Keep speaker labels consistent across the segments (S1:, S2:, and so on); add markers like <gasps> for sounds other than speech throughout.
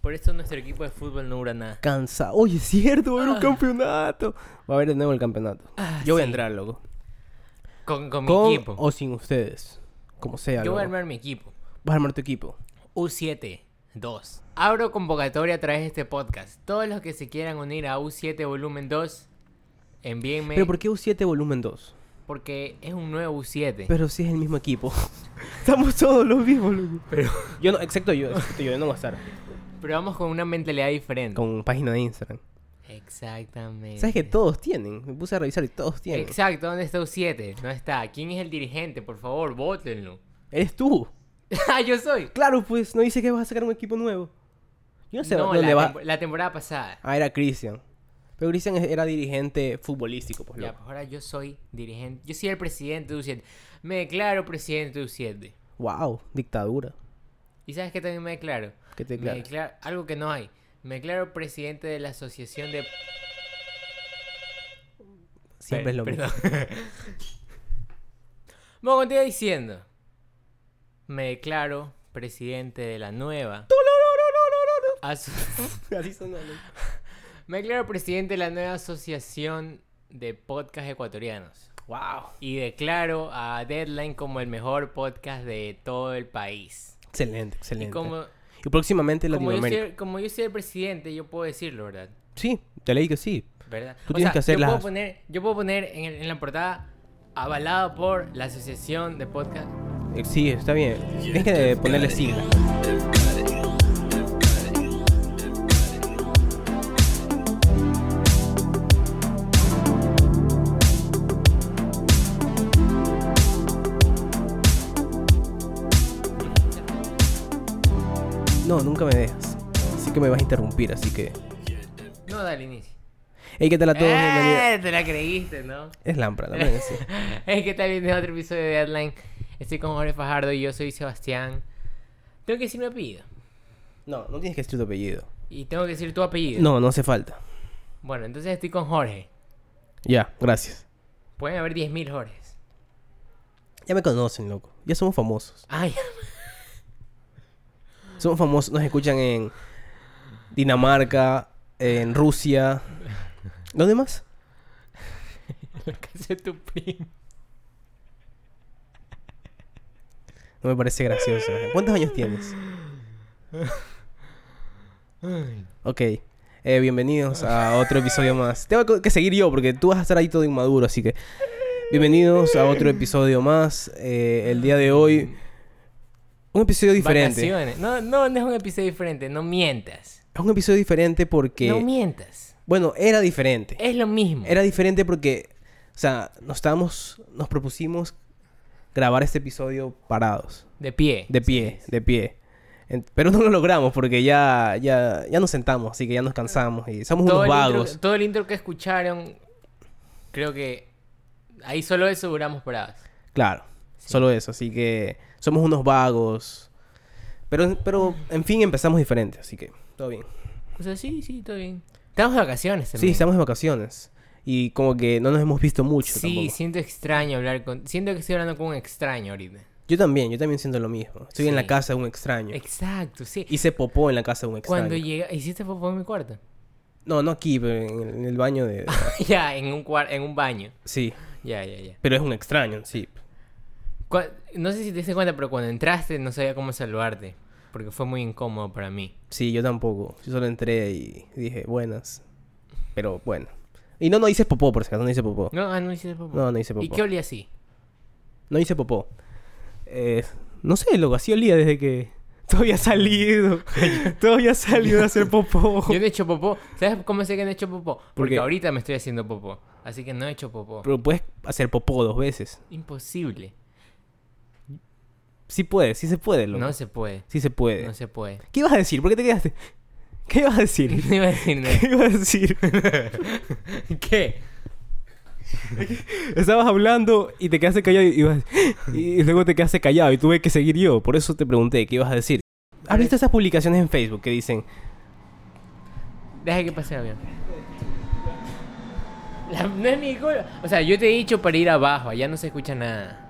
S1: Por eso nuestro equipo de fútbol no dura nada.
S2: Cansa. Oye, es cierto, va a haber
S1: Ah.
S2: un campeonato. Va a haber de nuevo el campeonato. Yo voy a entrar, loco.
S1: Con, con Ah, mi
S2: Con
S1: equipo.
S2: o sin ustedes. Como sea,
S1: Yo
S2: loco.
S1: voy a armar mi equipo.
S2: Vas a armar tu equipo.
S1: U7 2. Abro convocatoria a través de este podcast. Todos los que se quieran unir a U7 Volumen 2, envíenme.
S2: Pero ¿por qué U7 volumen 2?
S1: Porque es un nuevo U7.
S2: Pero si es el mismo equipo. <laughs> Estamos todos los mismos, loco. Yo no, excepto yo, excepto yo, yo no voy a estar.
S1: Pero vamos con una mentalidad diferente.
S2: Con página de Instagram.
S1: Exactamente.
S2: ¿Sabes que todos tienen? Me puse a revisar y todos tienen.
S1: Exacto, ¿dónde está U7? No está. ¿Quién es el dirigente? Por favor, votenlo.
S2: Eres tú.
S1: <laughs> ah, yo soy.
S2: Claro, pues, no dice que vas a sacar un equipo nuevo. Yo no sé
S1: No,
S2: dónde
S1: la,
S2: va.
S1: tempo- la temporada pasada.
S2: Ah, era Cristian. Pero Cristian es- era dirigente futbolístico, pues.
S1: Ya,
S2: loco.
S1: pues ahora yo soy dirigente. Yo soy el presidente de U7. Me declaro presidente de U7.
S2: Wow, dictadura.
S1: ¿Y sabes qué también me declaro?
S2: ¿Qué te
S1: Me
S2: declaras?
S1: declaro algo que no hay. Me declaro presidente de la asociación de.
S2: Siempre es lo mismo.
S1: mismo. <laughs> Bueno, continúa diciendo. Me declaro presidente de la nueva. aso-
S2: <laughs>
S1: <laughs>
S2: Así sonó, loco.
S1: Me declaro presidente de la nueva asociación de podcast ecuatorianos.
S2: Wow.
S1: Y declaro a Deadline como el mejor podcast de todo el país.
S2: Excelente, excelente.
S1: Y como,
S2: Y próximamente
S1: como, yo
S2: Latinoamérica.
S1: soy, como yo soy el presidente, yo puedo decirlo, ¿verdad?
S2: Sí, te leí que sí.
S1: ¿Verdad?
S2: Tú tienes que hacer
S1: yo
S2: las-
S1: Puedo poner, yo puedo poner en, el- en la portada avalado por la Asociación de Podcast.
S2: Eh, Sí, está bien. Tienes que ponerle sigla. No, nunca me dejas. Así que me vas a interrumpir, así que.
S1: No, dale inicio.
S2: Hey, ¿qué tal a todos? Bienvenido-
S1: ¡Eh! Te la creíste, ¿no? <laughs>
S2: Es lámpara, la verdad que sí.
S1: es que tal viendo otro episodio de Deadline. Estoy con Jorge Fajardo y yo soy Sebastián. Tengo que decir mi apellido.
S2: <laughs> No, no tienes que decir tu apellido.
S1: Y tengo que decir tu apellido.
S2: No, no hace falta.
S1: Bueno, entonces estoy con Jorge.
S2: Ya, gracias.
S1: Pueden haber 10.000 Jorges.
S2: Ya me conocen, loco. Ya somos famosos.
S1: Ay,
S2: Somos famosos, nos escuchan en Dinamarca, en Rusia. ¿Dónde más?
S1: la <laughs> casa de tu primo.
S2: No me parece gracioso. ¿Cuántos años tienes? Ok. Eh, bienvenidos a otro episodio más. Tengo que seguir yo porque tú vas a estar ahí todo inmaduro, así que... Bienvenidos a otro episodio más. Eh, el día de hoy... Un episodio diferente.
S1: Vacaciones. No, no, no es un episodio diferente. No mientas.
S2: Es un episodio diferente porque...
S1: No mientas.
S2: bueno, era diferente.
S1: Es lo mismo.
S2: Era diferente porque, o sea, nos estábamos, nos propusimos grabar este episodio parados,
S1: De pie.
S2: de pie, de pie. En- Pero no lo logramos porque ya, ya, ya nos sentamos, así que ya nos cansamos y somos
S1: todo
S2: unos
S1: el intro-
S2: vagos.
S1: todo el intro que escucharon, creo que ahí solo eso duramos paradas.
S2: Claro, solo eso, así que somos unos vagos. Pero, pero, en fin, empezamos diferente, así que todo bien.
S1: O sea, sí, sí, todo bien. Estamos de vacaciones
S2: Sí,
S1: también.
S2: estamos de vacaciones y como que no nos hemos visto mucho.
S1: Sí,
S2: tampoco.
S1: siento extraño hablar con... Siento que estoy hablando con un extraño ahorita.
S2: Yo también, yo también siento lo mismo. Estoy en
S1: Sí.
S2: la casa de un extraño.
S1: Exacto, sí.
S2: Hice popó en la casa de un extraño.
S1: Cuando llega... ¿Hiciste popó en mi cuarto? <laughs>
S2: No, no aquí, pero en el, en el baño de...
S1: ya, en un, cuar- en un baño.
S2: Sí,
S1: Ya, ya, ya.
S2: pero es un extraño en sí.
S1: Cua- No sé si te diste cuenta, pero cuando entraste no sabía cómo saludarte. Porque fue muy incómodo para mí.
S2: Sí, yo tampoco. Yo solo entré y dije, buenas. Pero bueno. Y no, no hice popó, por si acaso, no hice popó.
S1: No, ah, no hiciste popó.
S2: No, no hice
S1: ¿Y
S2: popó.
S1: qué olía así?
S2: No hice popó. Eh, no sé, loco, así olía desde que... <laughs> Todo
S1: <laughs>
S2: había salido. Todo había salido a hacer popó.
S1: Yo no he hecho popó. ¿Sabes cómo sé que no he hecho popó? Porque
S2: qué?
S1: ahorita me estoy haciendo popó. Así que no he hecho popó.
S2: Pero puedes hacer popó dos veces.
S1: Imposible.
S2: Sí puedes, sí se puede, loco. Eh.
S1: No se puede.
S2: Sí se puede.
S1: No se puede. <laughs>
S2: ¿Qué ibas a decir? ¿Por qué te quedaste? ¿Qué ibas a decir?
S1: No iba a decir nada.
S2: <laughs> ¿Qué ibas a decir?
S1: <laughs> ¿Qué?
S2: Estabas hablando y te quedaste callado y, ibas- <gasps> y luego te quedaste callado y tuve que seguir yo. Por eso te pregunté qué ibas a decir. ¿Has visto esas publicaciones en Facebook que dicen
S1: Deja que pase el avión. La- no es mi culpa. O sea, yo te he dicho para ir abajo. Allá no se escucha nada.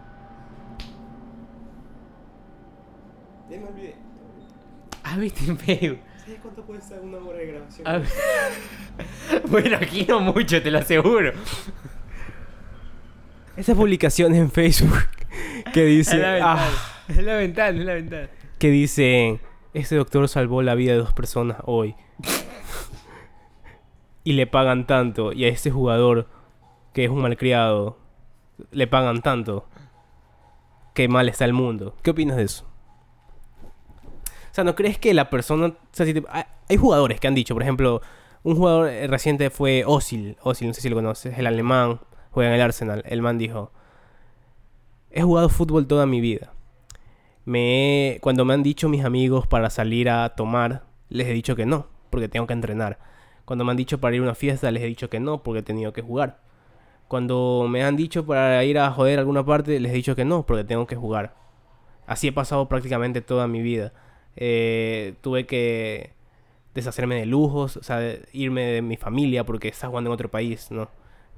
S1: ¿Has visto Ah, en Facebook?
S2: ¿Sabes cuánto cuesta una hora de grabación?
S1: Ah, <laughs> bueno, aquí no mucho, te lo aseguro.
S2: Esa publicación en Facebook
S1: <laughs>
S2: que
S1: Es
S2: dice,
S1: la ventana,
S2: ah,
S1: es la ventana, es la ventana.
S2: que dice, este doctor salvó la vida de dos personas <laughs> hoy. y le pagan tanto. Y a este jugador, que es un malcriado, le pagan tanto. Qué mal está el mundo. ¿Qué opinas de eso? O sea, ¿no crees que la persona... o sea, si te- hay- hay jugadores que han dicho, por ejemplo, un jugador eh, reciente fue Osil. Osil, no sé si lo conoces, el alemán, juega en el Arsenal. El man dijo, he jugado fútbol toda mi vida. Me, he- cuando me han dicho mis amigos para salir a tomar, les he dicho que no, porque tengo que entrenar. Cuando me han dicho para ir a una fiesta, les he dicho que no, porque he tenido que jugar. Cuando me han dicho para ir a joder a alguna parte, les he dicho que no, porque tengo que jugar. Así he pasado prácticamente toda mi vida. Eh, tuve que deshacerme de lujos, o sea, irme de mi familia porque está jugando en otro país, ¿no?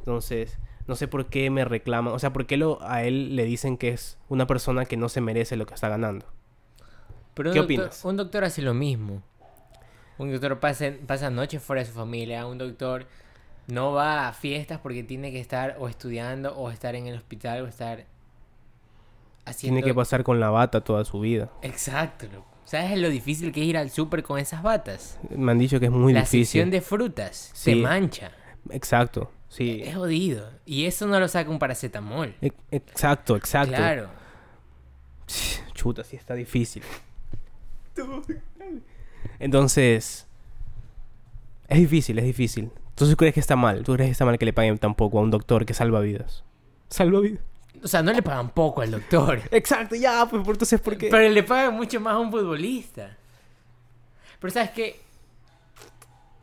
S2: Entonces, no sé por qué me reclaman, o sea, por qué lo, a él le dicen que es una persona que no se merece lo que está ganando.
S1: Pero un
S2: ¿Qué
S1: doctor-
S2: opinas?
S1: Un doctor hace lo mismo. Un doctor pasa, pasa noches fuera de su familia. Un doctor no va a fiestas porque tiene que estar o estudiando o estar en el hospital o estar haciendo...
S2: Tiene que pasar con la bata toda su vida.
S1: Exacto. loco. ¿Sabes lo difícil que es ir al súper con esas batas?
S2: Me han dicho que es muy
S1: La
S2: difícil.
S1: sección de frutas se
S2: Sí.
S1: mancha.
S2: Exacto, sí.
S1: Es jodido. Y eso no lo saca un paracetamol.
S2: E- Exacto, exacto.
S1: Claro.
S2: Chuta, sí está difícil. Entonces, es difícil, es difícil. Entonces, ¿tú crees que está mal? ¿Tú crees que está mal que le paguen tan poco a un doctor que salva vidas? Salva vidas.
S1: O sea, no le pagan poco al doctor.
S2: Exacto, ya, pues por- entonces, ¿por qué?
S1: Pero le pagan mucho más a un futbolista. Pero sabes que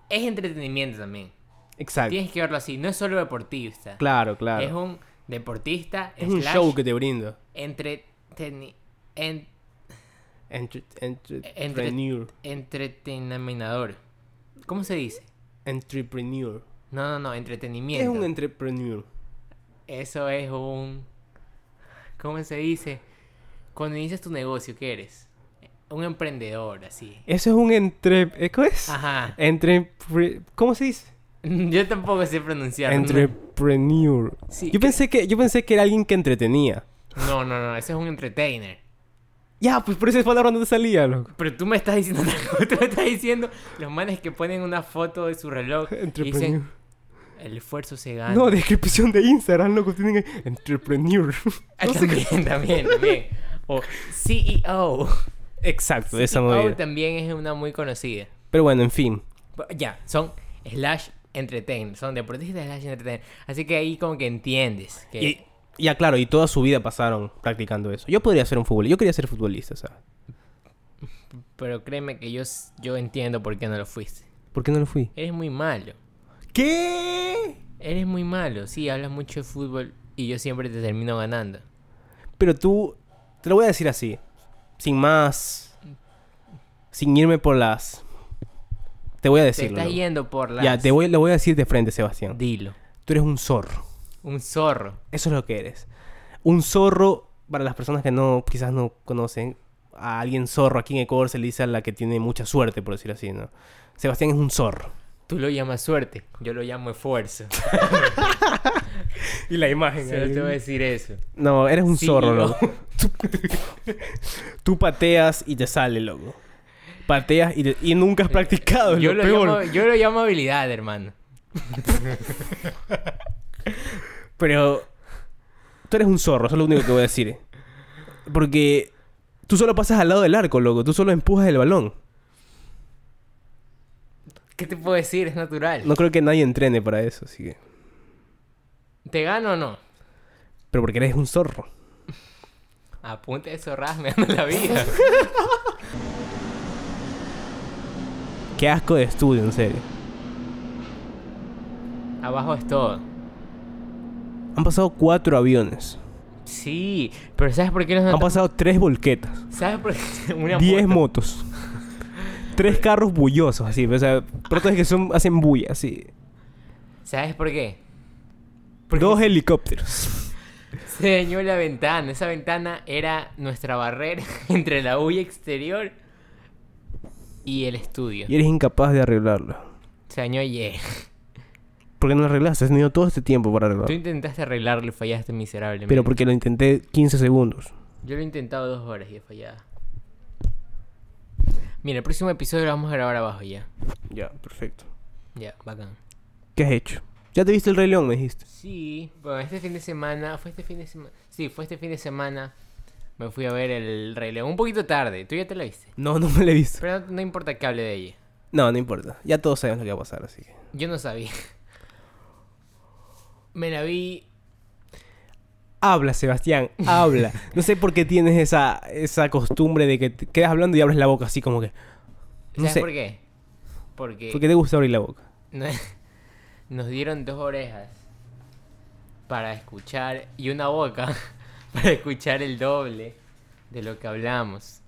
S1: es entretenimiento también.
S2: Exacto.
S1: Tienes que verlo así. No es solo deportista.
S2: Claro, claro.
S1: Es un deportista.
S2: Es un
S1: slash
S2: show que te brinda.
S1: entreteni- en-
S2: Entre- entre-
S1: Entre-
S2: Entrepreneur.
S1: entretenaminador. ¿Cómo se dice?
S2: Entrepreneur.
S1: No, no, no.
S2: Es
S1: Entretenimiento.
S2: un entrepreneur.
S1: Eso es un. ¿Cómo se dice? Cuando inicias tu negocio, ¿qué eres? Un emprendedor, así.
S2: Eso es un entre... ¿eh, ¿Qué es?
S1: Ajá. <laughs>
S2: Entre... ¿Cómo se dice?
S1: Yo tampoco sé pronunciar. ¿no?
S2: Entrepreneur.
S1: Sí,
S2: yo
S1: que-
S2: pensé que yo pensé que era alguien que entretenía.
S1: No, no, no, ese es un entertainer.
S2: Ya, pues por esa palabra no te salía, loco.
S1: Pero tú me estás diciendo otra cosa, <laughs> tú me estás diciendo los manes que ponen una foto de su reloj y
S2: Entrepreneur.
S1: dicen el esfuerzo se gana.
S2: No, descripción de Instagram, loco, tienen que-
S1: <laughs>
S2: entrepreneur.
S1: Ah, también, también, también. O CEO.
S2: Exacto, de esa
S1: CEO
S2: movida.
S1: también es una muy conocida.
S2: Pero bueno, en fin.
S1: Bu- Ya, son slash entertainer, son deportistas slash entertainer. Así que ahí como que entiendes que
S2: Y, ya claro, y toda su vida pasaron practicando eso. Yo podría ser un futbolista, yo quería ser futbolista, ¿sabes?
S1: pero créeme que yo s- yo entiendo por qué no lo fuiste.
S2: ¿Por qué no lo fui?
S1: Eres muy malo.
S2: ¿Qué?
S1: Eres muy malo, sí, hablas mucho de fútbol y yo siempre te termino ganando.
S2: Pero tú, te lo voy a decir así, sin más, sin irme por las... Te voy a
S1: Te
S2: decirlo.
S1: estás
S2: loco.
S1: yendo por la.
S2: Ya, te voy, lo voy a decir de frente, Sebastián.
S1: Dilo.
S2: Tú eres un zorro.
S1: Un zorro.
S2: Eso es lo que eres. Un zorro, para las personas que no, quizás no conocen, a alguien zorro aquí en Ecuador se le dice a la que tiene mucha suerte, por decirlo así, ¿no? Sebastián es un zorro.
S1: Tú lo llamas suerte, yo lo llamo <laughs> esfuerzo.
S2: Y la imagen. ¿eh?
S1: Solo te voy a decir eso.
S2: No, eres un
S1: Sí,
S2: zorro,
S1: no. <laughs>
S2: loco. Tú, tú pateas y te sale, loco. Pateas y, te- y nunca has practicado, es
S1: Eh, Yo lo,
S2: lo peor.
S1: llamo, yo lo llamo habilidad, hermano.
S2: Pero tú eres un zorro, eso es lo único que voy a decir. Porque tú solo pasas al lado del arco, loco. Tú solo empujas el balón.
S1: ¿Qué te puedo decir? Es natural.
S2: No creo que nadie entrene para eso, así que...
S1: ¿Te gano o no?
S2: Pero porque eres un zorro.
S1: Apunte eso, ras, me gano la <laughs> vida.
S2: Qué asco de estudio, en serio.
S1: Abajo es todo.
S2: Han pasado cuatro aviones.
S1: Sí, pero ¿sabes por qué los
S2: Han
S1: nota-
S2: pasado tres volquetas.
S1: ¿Sabes por qué? <laughs> Una
S2: Diez
S1: moto.
S2: motos. Tres carros bullosos, así. O sea, protas que son, hacen bulla, así.
S1: ¿Sabes por qué?
S2: Dos helicópteros.
S1: Se dañó la ventana. Esa <laughs> ventana era nuestra barrera entre la huya exterior y el estudio.
S2: Y eres incapaz de arreglarlo.
S1: Señor, yeah.
S2: ¿Por qué no lo arreglaste? Has tenido todo este tiempo para
S1: Tú
S2: arreglarlo.
S1: intentaste arreglarlo y fallaste miserablemente.
S2: Pero porque lo intenté 15 segundos.
S1: Yo lo he intentado dos horas y he fallado. Mira, el próximo episodio lo vamos a grabar abajo ya.
S2: Ya, perfecto.
S1: Ya, bacán.
S2: ¿Qué has hecho? Ya te viste el Rey León, me dijiste.
S1: Sí, bueno, este fin de semana, fue este fin de semana. Sí, fue este fin de semana. Me fui a ver el Rey León un poquito tarde. Tú ya te lo viste.
S2: No, no me lo he visto.
S1: Pero no, no importa que hable de ella.
S2: No, no importa. Ya todos sabemos lo que va a pasar, así que.
S1: Yo no
S2: <laughs>
S1: sabía. Me la vi.
S2: Habla, Sebastián, habla. <laughs> No sé por qué tienes esa, esa costumbre de que te quedas hablando y abres la boca así como que. No
S1: ¿Sabes
S2: sé.
S1: por qué? Porque
S2: ¿Por qué te gusta abrir la boca?
S1: <laughs> nos dieron dos orejas para escuchar y una boca <laughs> para escuchar el doble de lo que hablamos.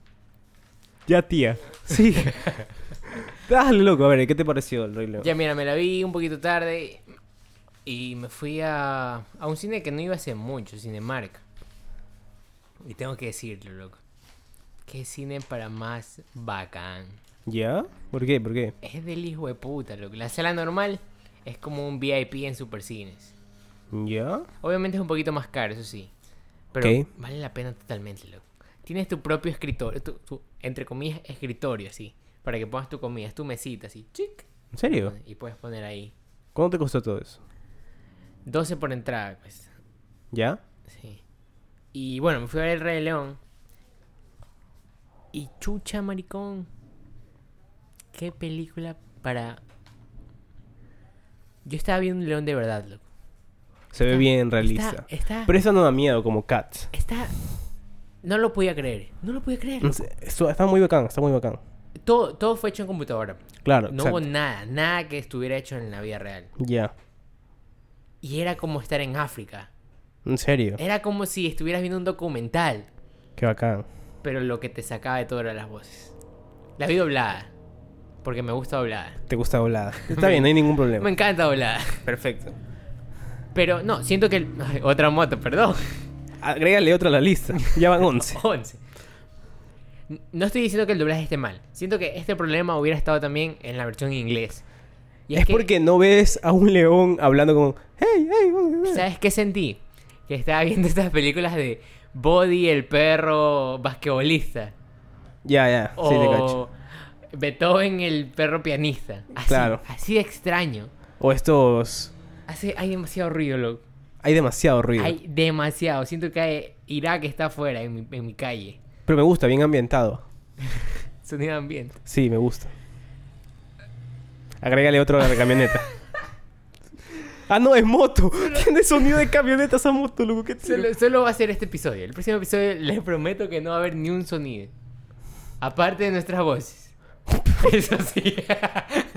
S2: Ya, tía. <laughs> Sí. Dale, loco. A ver, ¿qué te pareció el Rey León?
S1: Ya mira, me la vi un poquito tarde y me fui a, a un cine que no iba hace mucho, Cinemark. Y tengo que decirlo, loco. Qué cine para más bacán.
S2: ¿Ya? ¿Por qué? ¿Por qué?
S1: Es del hijo de puta, loco. La sala normal es como un VIP en Supercines.
S2: ¿Ya?
S1: Obviamente es un poquito más caro, eso sí. Pero
S2: Ok.
S1: vale la pena totalmente, loco. Tienes tu propio escritorio, tu, tu, entre comillas, escritorio, así. Para que pongas tu comida, es tu mesita, así. Chic.
S2: ¿En serio?
S1: Y puedes poner ahí.
S2: ¿Cuánto te costó todo eso?
S1: 12 por entrada, pues.
S2: ¿Ya?
S1: Sí. Y bueno, me fui a ver El Rey León. Y chucha, maricón. Qué película para... Yo estaba viendo un león de verdad, loco.
S2: Se ve
S1: Está-
S2: bien realista.
S1: Está, está,
S2: Pero eso no da miedo, como Cats.
S1: está- No lo podía creer. No lo podía creer.
S2: No
S1: loco.
S2: sé, eso- está muy bacán, está muy bacán.
S1: Todo, todo fue hecho en computadora.
S2: Claro,
S1: No
S2: exacto.
S1: hubo nada, nada que estuviera hecho en la vida real.
S2: Ya.
S1: Y era como estar en África.
S2: En serio.
S1: Era como si estuvieras viendo un documental.
S2: Qué bacán.
S1: Pero lo que te sacaba de todo eran las voces. La vi doblada. Porque me gusta doblada.
S2: Te
S1: <laughs>
S2: gusta doblada. Está bien, no hay ningún problema.
S1: Me encanta doblada.
S2: Perfecto.
S1: Pero no, siento que... el- Ay, otra moto,
S2: <laughs>
S1: perdón.
S2: Agrégale otra a la lista. <laughs> Ya van 11.
S1: 11. N- No estoy diciendo que el doblaje esté mal. Siento que este problema hubiera estado también en la versión en inglés. Y
S2: es
S1: que-
S2: porque no ves a un león hablando como... ¡Hey, hey! uh, uh".
S1: ¿Sabes qué sentí? Que estaba viendo <laughs> estas películas de Body, el perro basquetbolista.
S2: Ya, ya. Sí, te cacho.
S1: O Beethoven, el perro pianista. Así,
S2: Claro.
S1: así de extraño.
S2: O estos...
S1: Hace, hay demasiado ruido, loco.
S2: Hay demasiado ruido.
S1: Hay demasiado. Siento que hay- Irak está afuera en mi, en mi calle.
S2: Pero me gusta, bien ambientado.
S1: Sonido de ambiente.
S2: Sí, me gusta. Agrégale otro a la camioneta. ah, no, es moto. Tiene sonido de camioneta esa moto, loco. ¿Qué te-
S1: Solo, solo va a ser este episodio. El próximo episodio <laughs> les prometo que no va a haber ni un sonido. Aparte de nuestras voces. <laughs> Eso sí.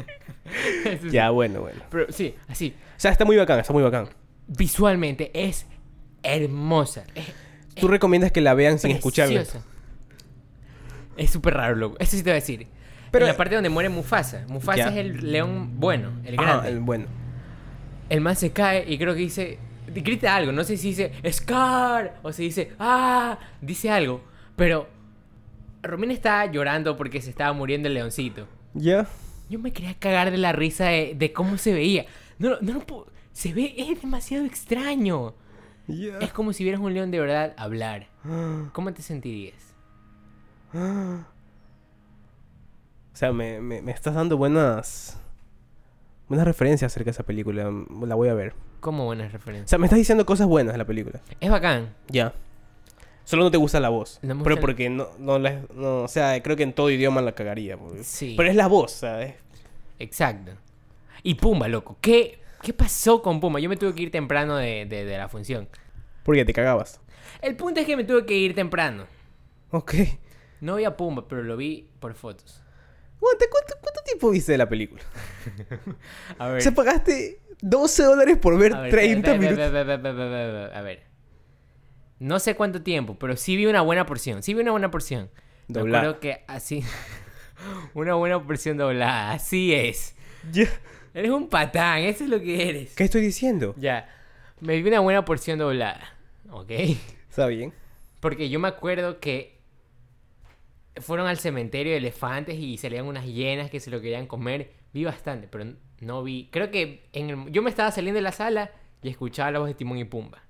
S1: <laughs> Eso sí.
S2: Ya, bueno, bueno.
S1: Pero sí, así.
S2: O sea, está muy bacán, está muy bacán.
S1: Visualmente es hermosa. Es
S2: ¿Tú recomiendas que la vean sin escucharla?
S1: preciosa. Es súper raro, loco. Eso sí te voy a decir. Pero
S2: Pero-
S1: la parte donde muere Mufasa. Mufasa
S2: Ya.
S1: es el león bueno, el
S2: Ah,
S1: grande.
S2: el bueno.
S1: El man se cae y creo que dice. Grita algo, no sé si dice Scar o si dice ¡Ah! Dice algo, pero Romina está llorando porque se estaba muriendo el leoncito.
S2: Ya.
S1: Yo me quería cagar de la risa de, de cómo se veía. No, lo- no, lo puedo- Se ve, es demasiado extraño.
S2: Ya.
S1: Es como si vieras un león de verdad hablar. ¿Cómo te sentirías?
S2: O sea, me, me- me estás dando buenas. Buenas referencias acerca de esa película. Mm, La voy a ver.
S1: Como buenas
S2: O
S1: referencias.
S2: sea, me estás diciendo cosas buenas de la película.
S1: Es bacán.
S2: Ya. Solo no te gusta la voz.
S1: No me
S2: pero
S1: gusta la-
S2: porque no, no, la- no- O sea, creo que en todo idioma la cagaría. porque-
S1: Sí.
S2: Pero es la voz, ¿sabes?
S1: Exacto. Y Pumba, loco. ¿Qué, qué pasó con Pumba? Yo me tuve que ir temprano de- de- de la función.
S2: Porque te cagabas.
S1: El punto es que me tuve que ir temprano.
S2: Ok.
S1: No vi a Pumba, pero lo vi por fotos.
S2: Aguanta, ¿cuánto, cuánto tiempo viste de la película?
S1: A
S2: O
S1: ver.
S2: sea, pagaste 12 dólares por ver
S1: a ver, espera,
S2: 30
S1: espera,
S2: minutos.
S1: espera, espera, espera, espera, espera, espera. A ver. No sé cuánto tiempo, pero sí vi una buena porción. Sí vi una buena porción. Me
S2: Doblada.
S1: acuerdo que así. <laughs> una buena porción doblada. Así es.
S2: Ya.
S1: Eres un patán, eso es lo que eres.
S2: ¿Qué estoy diciendo?
S1: Ya. Me vi una buena porción doblada. ¿Ok?
S2: Está bien.
S1: Porque yo me acuerdo que fueron al cementerio de elefantes y salían unas hienas que se lo querían comer. Vi bastante, pero no vi. Creo que en el- yo me estaba saliendo de la sala y escuchaba la voz de Timón y Pumba.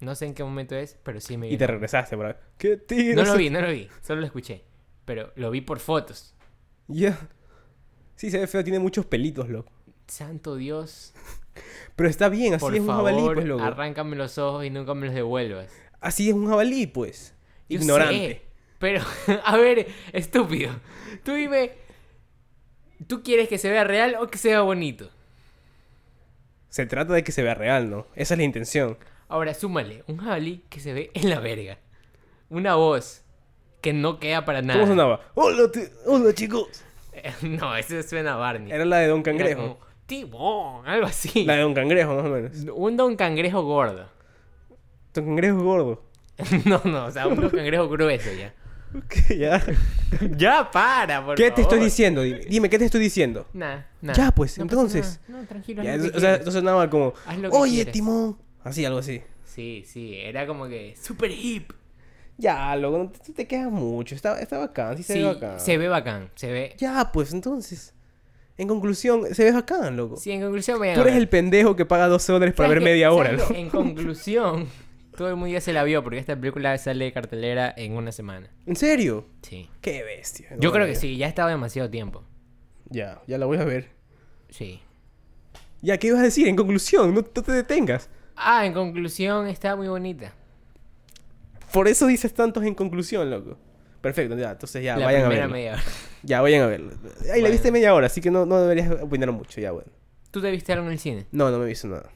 S1: No sé en qué momento es, pero sí me
S2: Y
S1: vi.
S2: te regresaste, bro. ¿Qué
S1: No
S2: tiras?
S1: lo vi, no lo vi, solo lo escuché. Pero lo vi por fotos.
S2: Ya. Sí, se ve feo, tiene muchos pelitos, loco.
S1: Santo Dios,
S2: Pero está bien, así
S1: por
S2: es un
S1: favor,
S2: jabalí, pues, loco.
S1: arráncame los ojos y nunca me los devuelvas.
S2: Así es un jabalí, pues.
S1: Yo sé,
S2: Ignorante.
S1: pero, <laughs> a ver, estúpido. Tú dime, ¿tú quieres que se vea real o que se vea bonito?
S2: Se trata de que se vea real, ¿no? Esa es la intención.
S1: Ahora, súmale, un jabalí que se ve <laughs> en la verga. Una voz que no queda para nada.
S2: ¿Cómo sonaba? ¡Hola, ti- hola, chicos!
S1: <laughs> no, eso suena a Barney.
S2: Era la de Don
S1: Era
S2: Cangrejo.
S1: como, Timón, algo así.
S2: La de Don Cangrejo, más o menos.
S1: Un don cangrejo gordo. <laughs>
S2: Don Cangrejo gordo.
S1: no, no, o sea, un don cangrejo grueso
S2: <laughs>
S1: ya.
S2: ¿Qué,
S1: <laughs>
S2: ya?
S1: Ya para, por
S2: ¿Qué te estoy
S1: favor.
S2: diciendo? Dime, dime, ¿qué te estoy diciendo?
S1: Nah, nah.
S2: Ya, pues,
S1: No pasa
S2: entonces.
S1: nada. No, tranquilo.
S2: Ya,
S1: haz lo
S2: eso-
S1: que
S2: o sea,
S1: quieras.
S2: esto sonaba como...
S1: Haz lo que
S2: Oye,
S1: quieras".
S2: Timón. Así, algo así.
S1: Sí, sí, era como que super hip.
S2: Ya, loco, no te, te quedas mucho. Está, está bacán, sí se
S1: sí,
S2: ve bacán.
S1: se ve bacán, se ve.
S2: Ya, pues entonces. En conclusión, se ve bacán, loco.
S1: Sí, en conclusión vayan
S2: Tú
S1: a
S2: eres
S1: ver.
S2: el pendejo que paga 12 dólares para
S1: ¿Sabes
S2: ver
S1: qué?
S2: media hora,
S1: ¿Sabes
S2: ¿no?
S1: qué? En conclusión, <laughs> todo el mundo ya se la vio porque esta película sale de cartelera en una semana.
S2: ¿En serio?
S1: Sí.
S2: Qué bestia.
S1: Yo
S2: no,
S1: creo
S2: ya.
S1: que sí, ya ha estado demasiado tiempo.
S2: Ya, ya la voy a ver.
S1: Sí.
S2: Ya, ¿qué ibas a decir? En conclusión, no, no te detengas.
S1: Ah, en conclusión, está muy bonita.
S2: Por eso dices tantos en conclusión, loco. Perfecto, ya, entonces ya,
S1: la
S2: vayan a
S1: primera
S2: verlo.
S1: media hora. <laughs>
S2: Ya, vayan a verlo. Ahí la
S1: Vayan.
S2: viste media hora, así que no, no deberías opinar mucho, ya, bueno.
S1: ¿Tú te viste algo en el cine?
S2: No, no me he visto nada.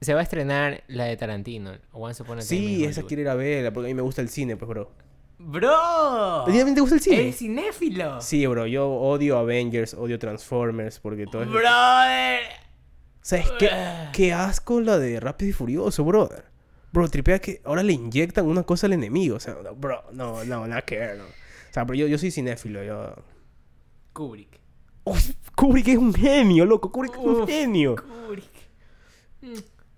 S1: Se va a estrenar la de Tarantino, Once Upon a Time in
S2: Sí, esa
S1: Hollywood.
S2: quiero ir a verla, porque a mí me gusta el cine, pues, bro.
S1: ¡Bro!
S2: ¿A ti también te gusta el cine?
S1: ¡Eres cinéfilo!
S2: Sí, bro, yo odio Avengers, odio Transformers, porque todo es...
S1: ¡Brother!
S2: ¿Sabes qué? Qué asco la de Rápido y Furioso, brother. Bro, tripea que ahora le inyectan una cosa al enemigo. O sea, no, bro, no, no, nada que ver, no. O sea, pero yo, yo soy cinéfilo, yo...
S1: Kubrick.
S2: Uf, Kubrick es un genio, loco. Kubrick es un
S1: Uf.
S2: genio.
S1: Kubrick. Mm,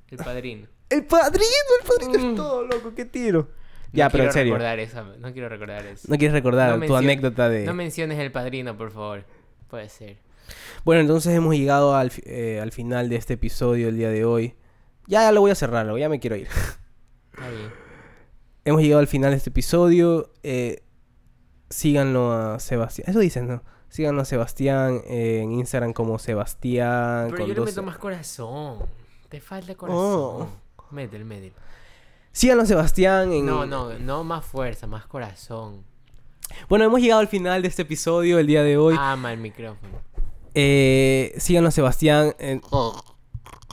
S1: El padrino.
S2: El padrino, el padrino
S1: Mm.
S2: es todo, loco. Qué tiro.
S1: No
S2: ya, pero
S1: quiero
S2: en serio.
S1: Recordar esa- no quiero recordar eso.
S2: No quieres recordar
S1: No
S2: tu
S1: mencio-
S2: anécdota de...
S1: No menciones el padrino, por favor. Puede ser.
S2: Bueno, entonces hemos llegado al, fi- eh, al final de este episodio el día de hoy. Ya, ya lo voy a cerrar, loco, ya me quiero ir.
S1: Está bien.
S2: Hemos llegado al final de este episodio. eh, síganlo a Sebastián. Eso dices, ¿no? Síganlo a Sebastián eh, en Instagram como Sebastián.
S1: Pero
S2: con Oh.
S1: yo le
S2: 12.
S1: meto más corazón. Te falta corazón. Métele, métele.
S2: Síganlo a Sebastián en...
S1: No, no, no más fuerza, más corazón.
S2: Bueno, hemos llegado al final de este episodio el día de hoy.
S1: Ama el micrófono.
S2: Eh, síganlo a Sebastián en... <laughs>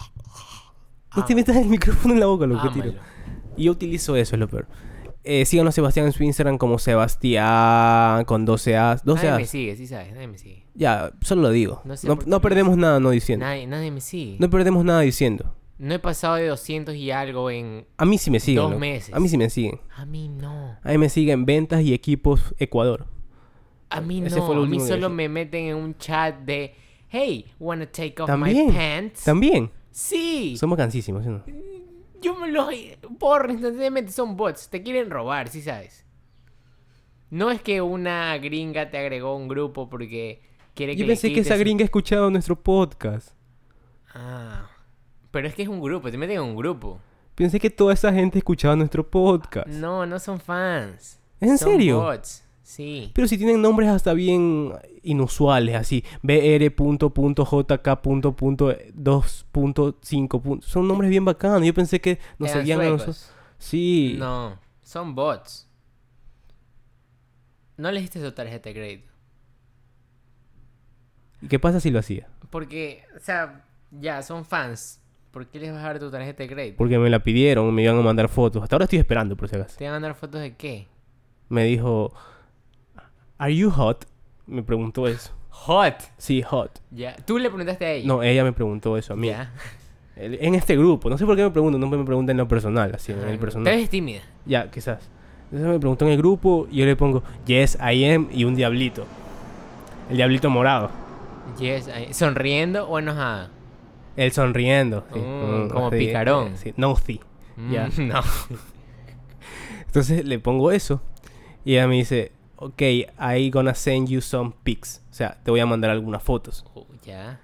S2: No te
S1: Ámalo.
S2: metas el micrófono en la boca,
S1: Ah,
S2: loco, tiro.
S1: Ámalo.
S2: Y yo utilizo eso, es lo peor. Eh, síganlo a Sebastián en su Instagram como Sebastián con 12 A's. 12
S1: Nadie me
S2: A's.
S1: sigue, sí sabes, nadie me sigue.
S2: Ya, solo lo digo. No,
S1: No sé por qué
S2: no
S1: me
S2: perdemos nada no diciendo.
S1: Nadie, nadie me sigue. No.
S2: No perdemos nada diciendo.
S1: he pasado de 200 y algo en...
S2: A mí sí me siguen.
S1: Dos
S2: loco.
S1: meses.
S2: A mí sí me siguen.
S1: A mí no.
S2: A mí me siguen ventas y equipos Ecuador.
S1: A mí
S2: Ese
S1: no.
S2: fue lo
S1: A mí
S2: último que
S1: solo
S2: dije.
S1: me meten en un chat de... Hey, wanna take off
S2: También.
S1: my pants?
S2: También.
S1: Sí.
S2: Somos cansísimos, ¿sí o no?
S1: Yo me los borro instantáneamente, son bots, te quieren robar, si sabes. No es que una gringa te agregó a un grupo porque quiere que
S2: Yo
S1: le
S2: pensé que
S1: quites
S2: esa
S1: su-
S2: gringa ha escuchado nuestro podcast.
S1: Ah. Pero es que es un grupo, te meten en un grupo.
S2: Pensé que toda esa gente escuchaba nuestro podcast.
S1: No, no son fans.
S2: ¿Es en
S1: son
S2: serio?
S1: bots. Sí.
S2: Pero si tienen nombres hasta bien inusuales, así. br.jk.2.5. Son nombres bien bacanos. Yo pensé que nos
S1: Eran
S2: seguían a
S1: suecos.
S2: nosotros. Sí.
S1: No, son bots. No le diste su tarjeta de crédito.
S2: ¿Y ¿Qué pasa si lo hacía?
S1: Porque, o sea, ya, son fans. ¿Por qué les vas a dar tu tarjeta de crédito?
S2: Porque me la pidieron, me iban a mandar fotos. Hasta ahora estoy esperando, por si acaso.
S1: ¿Te van a mandar fotos de qué?
S2: me dijo, ¿Are you hot? Me preguntó eso.
S1: Hot.
S2: Sí, hot.
S1: Ya. Tú le preguntaste a ella.
S2: No, ella me preguntó eso a mí.
S1: Ya.
S2: El- En este grupo, no sé por qué me preguntan, no me preguntan en lo personal, así, en el
S1: Te
S2: personal.
S1: ves tímida.
S2: Ya, quizás. Entonces me preguntó en el grupo y yo le pongo, Yes, I am, y un diablito. El diablito morado.
S1: Yes, I- ¿Sonriendo o enojada?
S2: Él sonriendo. sí.
S1: Mm,
S2: Mm,
S1: como
S2: así,
S1: picarón.
S2: eh, sí, Nosy.
S1: Mm,
S2: Ya.
S1: <laughs>
S2: <laughs>
S1: No.
S2: Entonces le pongo eso. Y ella me dice, ok, I gonna send you some pics. O sea, te voy a mandar algunas fotos.
S1: Oh, ya.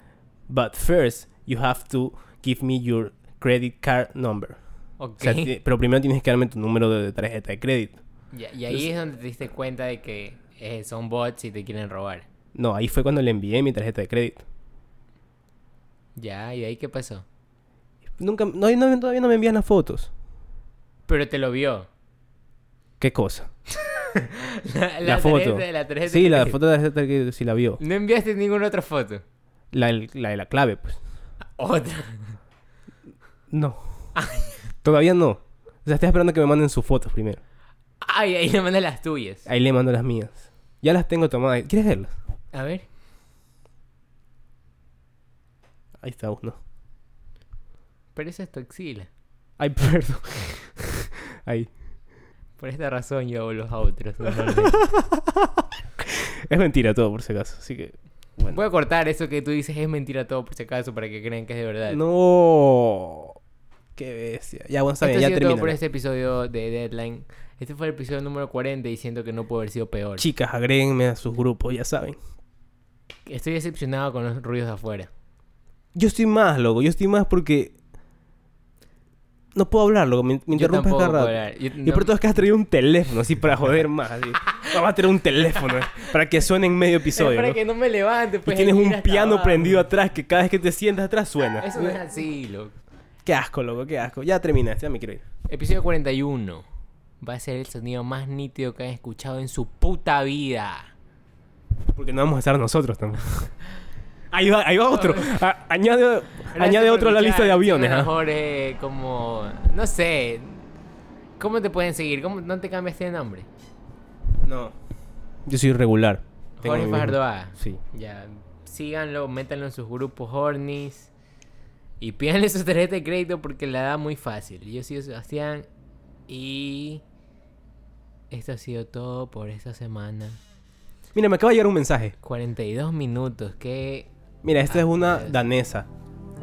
S2: But first, you have to give me your credit card number.
S1: Ok.
S2: O sea, ti- pero primero tienes que darme tu número de tarjeta de crédito.
S1: Ya- y ahí es donde te diste cuenta de que eh, son bots y te quieren robar.
S2: No, ahí fue cuando le envié mi tarjeta de crédito.
S1: Ya, ¿y de ahí qué pasó?
S2: Nunca, no, no- todavía no me envían las fotos.
S1: Pero te lo vio. <laughs>
S2: ¿Qué cosa?
S1: La,
S2: La foto.
S1: tarjeta- la tarjeta
S2: Sí,
S1: que
S2: la
S1: te-
S2: foto de la tarjeta de crédito sí la vio.
S1: No enviaste ninguna otra foto.
S2: La, el- la de la clave, pues.
S1: Otra. <laughs>
S2: No. Todavía no. O sea, estoy esperando que me manden sus fotos primero.
S1: Ay, ahí le mandas las tuyas.
S2: Ahí le mando las mías. Ya las tengo tomadas. ¿Quieres verlas?
S1: A ver.
S2: Ahí está uno.
S1: Pero esa es tu axila.
S2: Ay, <laughs> perdón. Ahí.
S1: Por esta razón yo hago los outros. normalmente.
S2: <laughs> Es mentira todo, por si acaso. Así que. Bueno.
S1: Voy a cortar eso que tú dices es mentira todo por si acaso para que crean que es de verdad.
S2: No. Qué bestia. Ya, bueno, está bien,
S1: Esto ha
S2: ya
S1: sido todo por
S2: termina.
S1: este episodio de Deadline. Este fue el episodio número 40 y siento que no pudo haber sido peor.
S2: Chicas, agréguenme a sus grupos, ya saben.
S1: Estoy decepcionado con los ruidos de afuera.
S2: Yo estoy más, loco. Yo estoy más porque. No puedo hablar, loco. Me, me
S1: Yo
S2: interrumpes
S1: tampoco
S2: cada
S1: puedo
S2: rato.
S1: hablar. Yo
S2: Y
S1: no-
S2: por todo es que has traído un teléfono, así para joder más.
S1: <laughs>
S2: Así. Vamos a traer un teléfono eh, para que suene en medio
S1: Es
S2: episodio.
S1: para
S2: ¿no?
S1: que no me levante.
S2: Y
S1: pues,
S2: tienes
S1: hay que ir
S2: un
S1: hasta
S2: piano
S1: abajo.
S2: prendido atrás que cada vez que te sientas atrás suena.
S1: Eso no es así, loco.
S2: Qué asco, loco, qué asco. Ya terminaste, ya me quiero ir.
S1: Episodio 41 va a ser el sonido más nítido que han escuchado en su puta vida.
S2: Porque no vamos a estar nosotros también. <laughs> Ahí va, ahí
S1: <laughs>
S2: va otro. A- añade añade
S1: Gracias
S2: otro
S1: por
S2: a la lista de
S1: escuchar.
S2: aviones.
S1: A lo
S2: ¿ah?
S1: mejor eh, como... No sé. ¿Cómo te pueden seguir? ¿Cómo no te cambiaste de nombre?
S2: No. Yo soy regular. Tengo
S1: Jorge
S2: mi mismo-
S1: Fajardo A.
S2: Sí.
S1: Ya, síganlo, métanlo en sus grupos hornis. Y <laughs> pídanle su tarjeta de crédito porque la da muy fácil. Yo soy Sebastián y... Esto ha sido todo por esta semana.
S2: Mira, me acaba de llegar un mensaje.
S1: 42 minutos, que...
S2: Mira,
S1: Ah,
S2: esta es una danesa.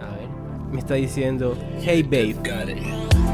S1: A ver.
S2: Me está diciendo, hey babe.
S3: Got it.